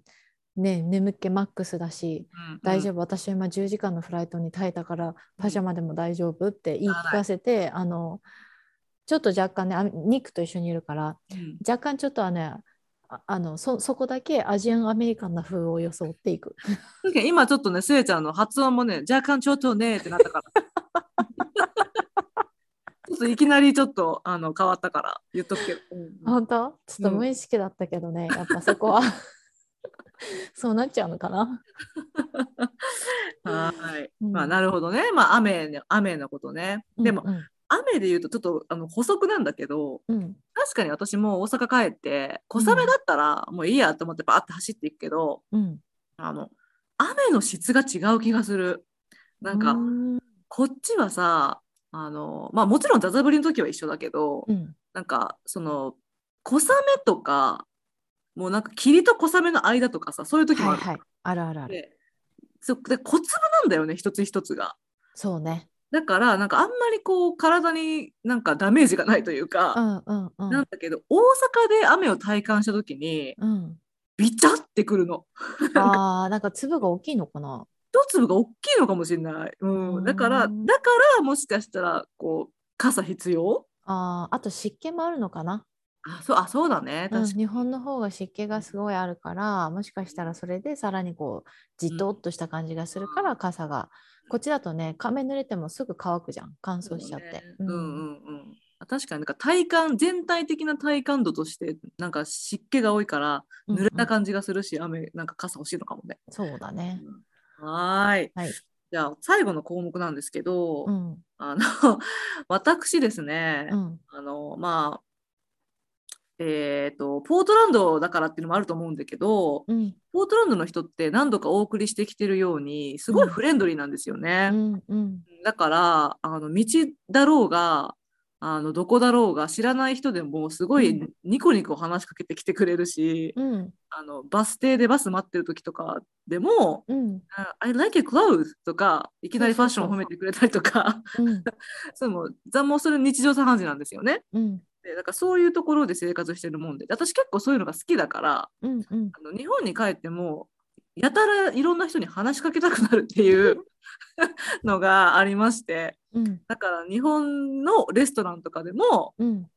S2: ね眠気マックスだし
S1: うん
S2: 大丈夫、私は今10時間のフライトに耐えたからパジャマでも大丈夫って言い聞かせて、あのちょっと若干ねあニックと一緒にいるから
S1: うん
S2: 若干ちょっとはねああのそそこだけアジアンアメリカンな風を装っていく
S1: 確かに今ちょっとねすえちゃんの発音もね若干ちょっとねってなったから ちょっといきなりちょっとあの変わったから言っとくけど、うんうん
S2: 本当ちょっと無意識だったけどね、やっぱそこはそうなっちゃうのかな。
S1: はーい。
S2: うん
S1: まあ、なるほどね。まあ、雨ね、雨のことね。でも、
S2: うん
S1: 雨で言うと、ちょっと、あの、補足なんだけど、
S2: うん
S1: 確かに私も大阪帰って、小雨だったら、もういいやと思って、バーって走っていくけど、
S2: うん、
S1: あの、雨の質が違う気がする。なんか、
S2: うん
S1: こっちはさ、あの、まあ、もちろん、ザザ降りの時は一緒だけど、
S2: うん
S1: なんか、その、小雨とか、もうなんか、霧と小雨の間とかさ、そういう時も
S2: は
S1: あ
S2: い
S1: る。
S2: はいあるあるある
S1: でそうで小粒なんだよね一つ一つが。
S2: そうね
S1: だからなんかあんまりこう体になんかダメージがないという
S2: う
S1: か、
S2: んうんう
S1: なん
S2: ん
S1: だけど大阪で雨を体感した時に
S2: うん
S1: ビチャってくるの
S2: あーなんか粒が大きいのかな
S1: 一粒が大きいのかもしれない、うん
S2: うん
S1: だからだからもしかしたらこう傘必要
S2: あーあと湿気もあるのかな、
S1: あそうあそうだね
S2: うん、
S1: 確かに、
S2: 日本の方が湿気がすごいあるからもしかしたらそれでさらにこうじとっとした感じがするから傘がこっちだとね仮面濡れてもすぐ乾くじゃん乾燥しちゃって、
S1: そうだねうんうんうんあ確かになんか体感全体的な体感度としてなんか湿気が多いから
S2: うん
S1: 濡れた
S2: うん
S1: 感じがするし、雨なんか傘欲しいのかもね。
S2: そうだね
S1: はーい。
S2: はい
S1: じゃあ最後の項目なんですけど、
S2: うん
S1: あの 私ですね、
S2: うん
S1: あのまあえっ、とポートランドだからっていうのもあると思うんだけど、
S2: うん
S1: ポートランドの人って何度かお送りしてきてるようにすごいフレンドリーなんですよ
S2: う
S1: ね。
S2: んうん
S1: だからあの道だろうがあのどこだろうが知らない人でもすごい
S2: うん
S1: ニコニコ話しかけてきてくれるし、
S2: うん
S1: あのバス停でバス待ってる時とかでも
S2: うん
S1: あ I like your clothes とか、いきなりファッションを褒めてくれたりとか、
S2: うん
S1: そうもう、ざもうそれ日常茶飯事なんですよね。
S2: うん
S1: で、だからそういうところで生活してるもんで、で私結構そういうのが好きだから、
S2: うんうん
S1: あの日本に帰っても、やたらいろんな人に話しかけたくなるっていうのがありまして、
S2: うん
S1: だから日本のレストランとかでも、
S2: うん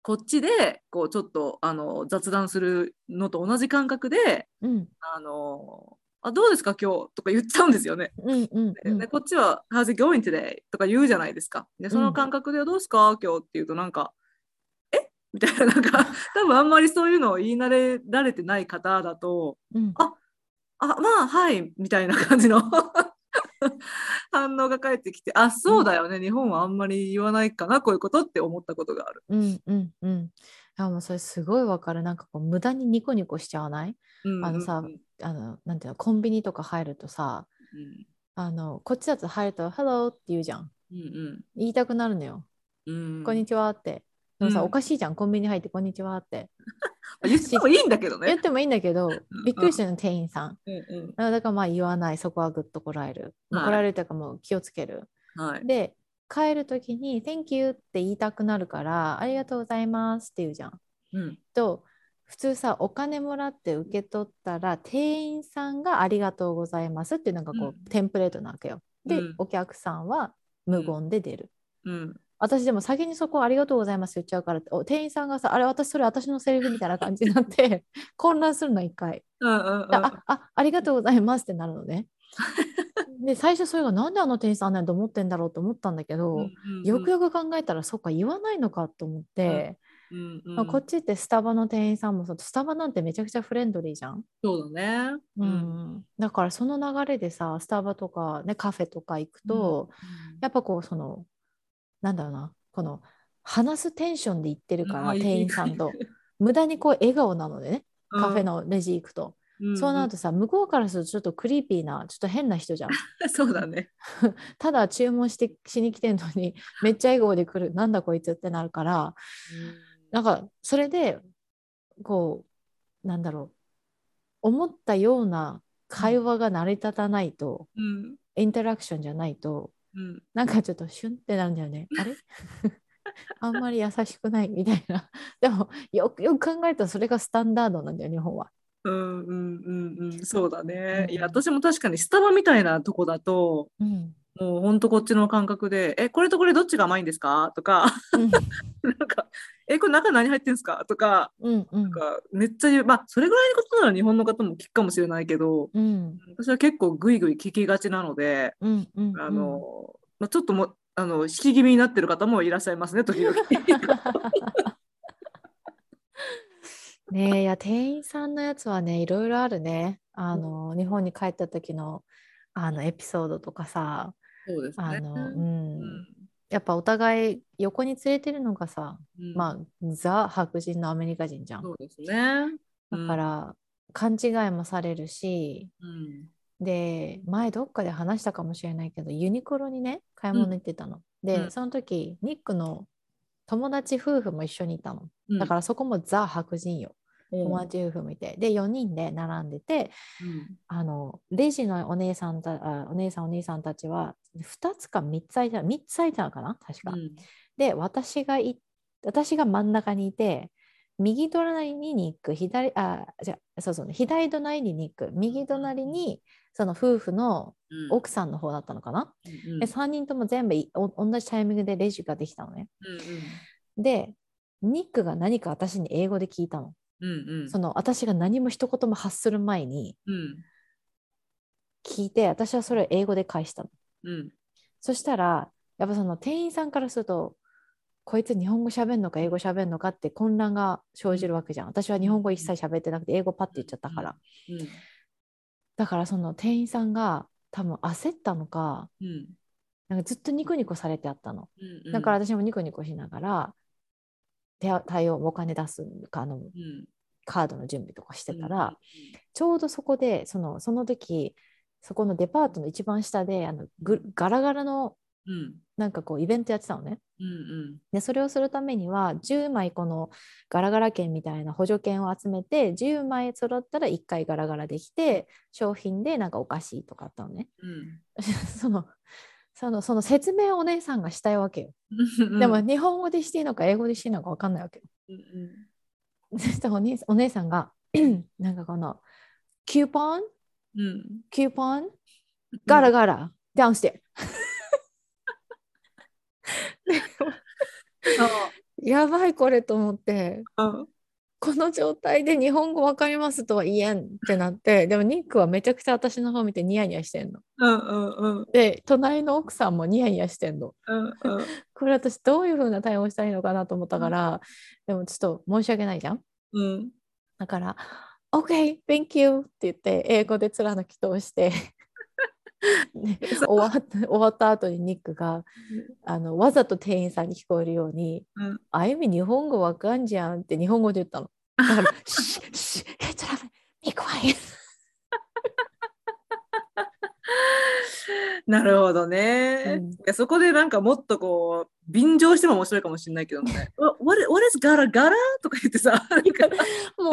S1: こっちでこうちょっとあの雑談するのと同じ感覚で、
S2: うん
S1: あのあどうですか今日とか言っちゃうんですよね。
S2: うんうん
S1: ででこっちは「How's it going today?」とか言うじゃないですか。でその感覚で「どうですか今日」って言うとなんか「えみたいななん か多分あんまりそういうのを言い慣れられてない方だと
S2: うん
S1: 「あまあはい」みたいな感じの 反応が返ってきて「あそうだよね、日本はあんまり言わないかなこういうこと」って思ったことがある。
S2: うんうんうん。あもうそれすごいわかる。なんかこう無駄にニコニコしちゃわない
S1: うん
S2: あのさ
S1: うんうん
S2: あの、なんていうの、コンビニとか入るとさ、
S1: うん
S2: あの、こっちだと入ると、Hello って言うじゃん。
S1: うん
S2: 言いたくなるのよ。
S1: うん、
S2: こんに
S1: ち
S2: ちはって。でもさ、
S1: うん
S2: おかしいじゃん。コンビニ入って、こんにちはって。
S1: は。言ってもいいんだけど
S2: 言っ
S1: ね。
S2: てもいいんだけど、びっくりしてるの、店員さん。
S1: うん
S2: あだからまあ言わない。そこはぐっとこらえる。
S1: はい
S2: こらえるというかもう気をつける。
S1: うん、はい。
S2: で、帰るときに、Thank you って言いたくなるから、ありがとうございますって言うじゃん。
S1: うん
S2: と普通さお金もらって受け取ったら店員さんが「ありがとうございます」っていうのがこう、
S1: うん
S2: テンプレートなわけよ。で、
S1: うん
S2: お客さんは無言で出る。
S1: うん
S2: 私でも先にそこ「ありがとうございます」言っちゃうからお店員さんがさ「あれ私それ私のセリフ」みたいな感じになって 混乱するの一回。
S1: うんうんうん
S2: だああありがとうございますってなるの ね。で最初それがなんであの店員さんあんなんと思ってんだろうと思ったんだけ
S1: う
S2: ど、
S1: んうんうん
S2: よくよく考えたらそっか言わないのかと思って。
S1: うんう
S2: まあ
S1: ん
S2: こっちってスタバの店員さんもそうスタバなんてめちゃくちゃフレンドリーじゃん、
S1: そうだね。
S2: だからその流れでさスタバとか、ね、カフェとか行くと、やっぱこうそのなんだろうなこの話すテンションで行ってるから、
S1: あいい
S2: 店員さんと無駄にこう笑顔なのでね
S1: うん
S2: カフェ、のレジ行くと、そうなるとさ向こうからするとちょっとクリーピーなちょっと変な人じゃん
S1: と。 そうだね。
S2: ただ注文してしに来てんのにめっちゃ笑顔で来るなんだこいつってなるからなんかそれでこうなんだろう思ったような会話が成り立たないと、
S1: うん
S2: インタラクションじゃないと
S1: うん
S2: なんかちょっとシュンってなるんだよね あれあんまり優しくないみたいな でもよくよく考えたらそれがスタンダードなんだよ日本は。
S1: うんうんうんうんそうだね。
S2: うん
S1: いや私も確かにスタバみたいなとこだと。
S2: うん、
S1: もうほんとこっちの感覚で「えこれとこれどっちが甘いんですか?」とか
S2: うん
S1: なんか「えこれ中何入ってんすか?」とか
S2: うんう
S1: なんんかめっちゃ言うまあそれぐらいのことなら日本の方も聞くかもしれないけど
S2: うん
S1: 私は結構グイグイ聞きがちなので
S2: うんうん
S1: あの、まあ、ちょっともあの引き気味になってる方もいらっしゃいますね時々。
S2: ねえいや店員さんのやつはねいろいろあるね。あの、日本に帰った時のあのエピソードとかさ
S1: そうです
S2: あ
S1: ね。
S2: の、
S1: う
S2: うんんやっぱお互い横に連れてるのがさ、
S1: うん
S2: まあザ白人のアメリカ人じゃん。
S1: そうですね。
S2: だか、ら、勘違いもされるし
S1: うん
S2: で前どっかで話したかもしれないけどユニクロにね買い物行ってたの。で、
S1: うん、
S2: その時ニックの友達夫婦も一緒にいたの。だかららそこもザ白人よ。
S1: うん
S2: 友達夫婦もいて。で4人で並んでて
S1: うん
S2: あのレジのお姉さんたあお姉さんお兄さんたちは2つか3つ空いた3つ空いたのかな確か。
S1: うん
S2: で私がい私が真ん中にいて右隣にニック左あじゃそうそう、ね、左隣にニック右隣にその夫婦の
S1: うん
S2: 奥さんの方だったのかな、
S1: うん
S2: で3人とも全部いお同じタイミングでレジができたのねでニックが何か私に英語で聞いた
S1: う
S2: の、
S1: んうんうん
S2: その私が何も一言も発する前に
S1: うん
S2: 聞いて私はそれを英語で返したの
S1: うん
S2: そしたらやっぱその店員さんからするとこいつ日本語喋んのか英語喋んのかって混乱が生じるわけじゃん私は日本語一切喋ってなくて英語パッて言っちゃったから
S1: うん
S2: だからその店員さんが多分焦ったのか
S1: うん
S2: なんかずっとニコニコされてあったの
S1: うん
S2: だから私もニコニコしながら手対応お金出すかあの
S1: うん
S2: カードの準備とかしてたらちょうどそこでそのその時そこのデパートの一番下であのぐガラガラの
S1: うん
S2: なんかこうイベントやってたのね
S1: うん
S2: でそれをするためには10枚このガラガラ券みたいな補助券を集めて10枚揃ったら1回ガラガラできて商品でなんかお菓子とかあったのね
S1: うん
S2: そのそのその説明をお姉さんがしたいわけよ、
S1: うん
S2: でも日本語でしていいのか英語でしていいのか分かんないわけよ
S1: うんうん
S2: そしたらお姉お姉さんが なんかこのキューポン
S1: うん
S2: キューポンガラガラ、ダウンステアやばいこれと思って
S1: うん
S2: この状態で日本語わかりますとは言えんってなって でもニックはめちゃくちゃ私の方見てニヤニヤしてんの。
S1: うんうん
S2: で隣の奥さんもニヤニヤしてんの。
S1: うんうん
S2: これ私どういう風な対応したらいいのかなと思ったから、でもちょっと申し訳ないじゃん。
S1: うん
S2: だから「OK thank you」って言って英語で貫き通してね終わった終わった後にニックがあのわざと店員さんに聞こえるように
S1: うん
S2: あゆみ日本語わかんじゃんって日本語で言ったの。だから、シッシッ、ヘッドラブ、ビクワイ。
S1: なるほどね、
S2: うん
S1: いやそこでなんかもっとこう便乗しても面白いかもしれないけど ね「わ what, what is ガラガラ?」とか言ってさなんか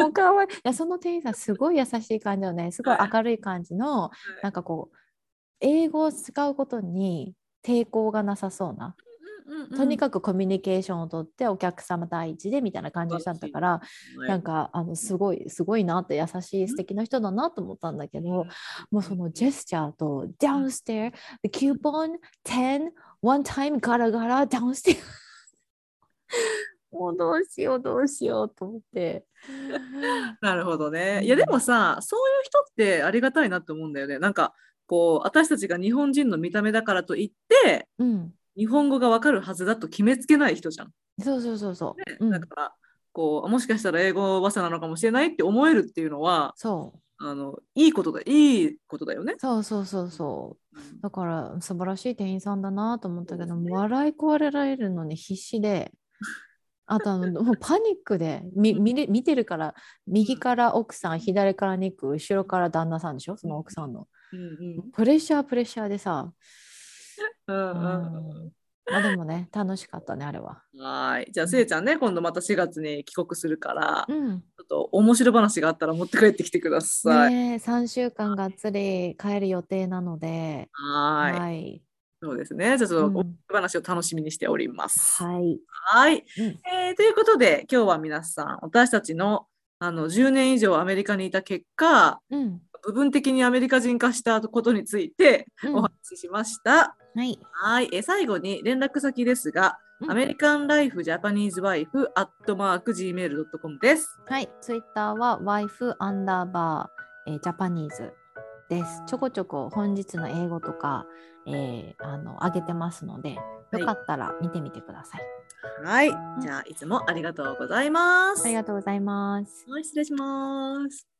S2: もうかわいい。いや、その店員さん、すごい優しい感じのね、すごい明るい感じの、なんかこう、英語を使うことに抵抗がなさそうな、とに
S1: く
S2: かくコミュニケーションをとって、お客様第一でみたいな感じだったから、なんか、あの、すごい、すごいなって、優しい、素敵な人だなと思ったんだけど、もうそのジェスチャーと、ダウンステア、the coupon 10、one time ガラガラ、ダウンステア。 もうどうしよう、どうしようと思って。
S1: なるほどね
S2: う。ん
S1: いやでもさ、そういう人ってありがたいなと思うんだよね。なんかこう私たちが日本人の見た目だからといって
S2: うん、
S1: 日本語がわかるはずだと決めつけない人じゃん。
S2: そうそうそうそう。う
S1: だ
S2: ん、
S1: からこうもしかしたら英語話者なのかもしれないって思えるっていうのは
S2: そう
S1: あのいいことだいいことだよね。
S2: そうそうそうそう。だから素晴らしい店員さんだなと思ったけ
S1: そ
S2: ど、
S1: うですね
S2: 笑い壊れられるのに必 死で。あとあのもうパニックでみ見れ見てるから右から奥さん左からニック後ろから旦那さんでしょその奥さんの
S1: うんうん
S2: プレッシャープレッシャーでさ
S1: うんうん
S2: うんまあでもね、楽しかったね、あれは。
S1: はいじゃあせいちゃんね今度また4月に帰国するから、ち
S2: うん。
S1: ょっと面白話があったら持って帰ってきてください。
S2: ねえ、3週間がっつり帰る予定なので、
S1: は
S2: はいい。
S1: そうですねじゃあちょっと
S2: う
S1: 面
S2: ん
S1: 白話を楽しみにしております。
S2: はい。
S1: はい、
S2: うん
S1: えーということで今日は皆さん私たちのあの10年以上アメリカにいた結果
S2: うん。
S1: 部分的にアメリカ人化したことについて
S2: うん
S1: お話ししました。
S2: はい。
S1: はい、えー最後に連絡先ですが、
S2: うん
S1: アメリカンライフジャパニーズワイフアットマーク Gmail.com です。
S2: はい。ツイッターは wife アンダーバー、えー、ジャパニーズです。ちょこちょこ本日の英語とか、えー、あの上げてますので、
S1: はい
S2: よかったら見てみてください。
S1: はい、じゃあいつもありがとうございます。
S2: ありがとうございます。
S1: はい、失礼します。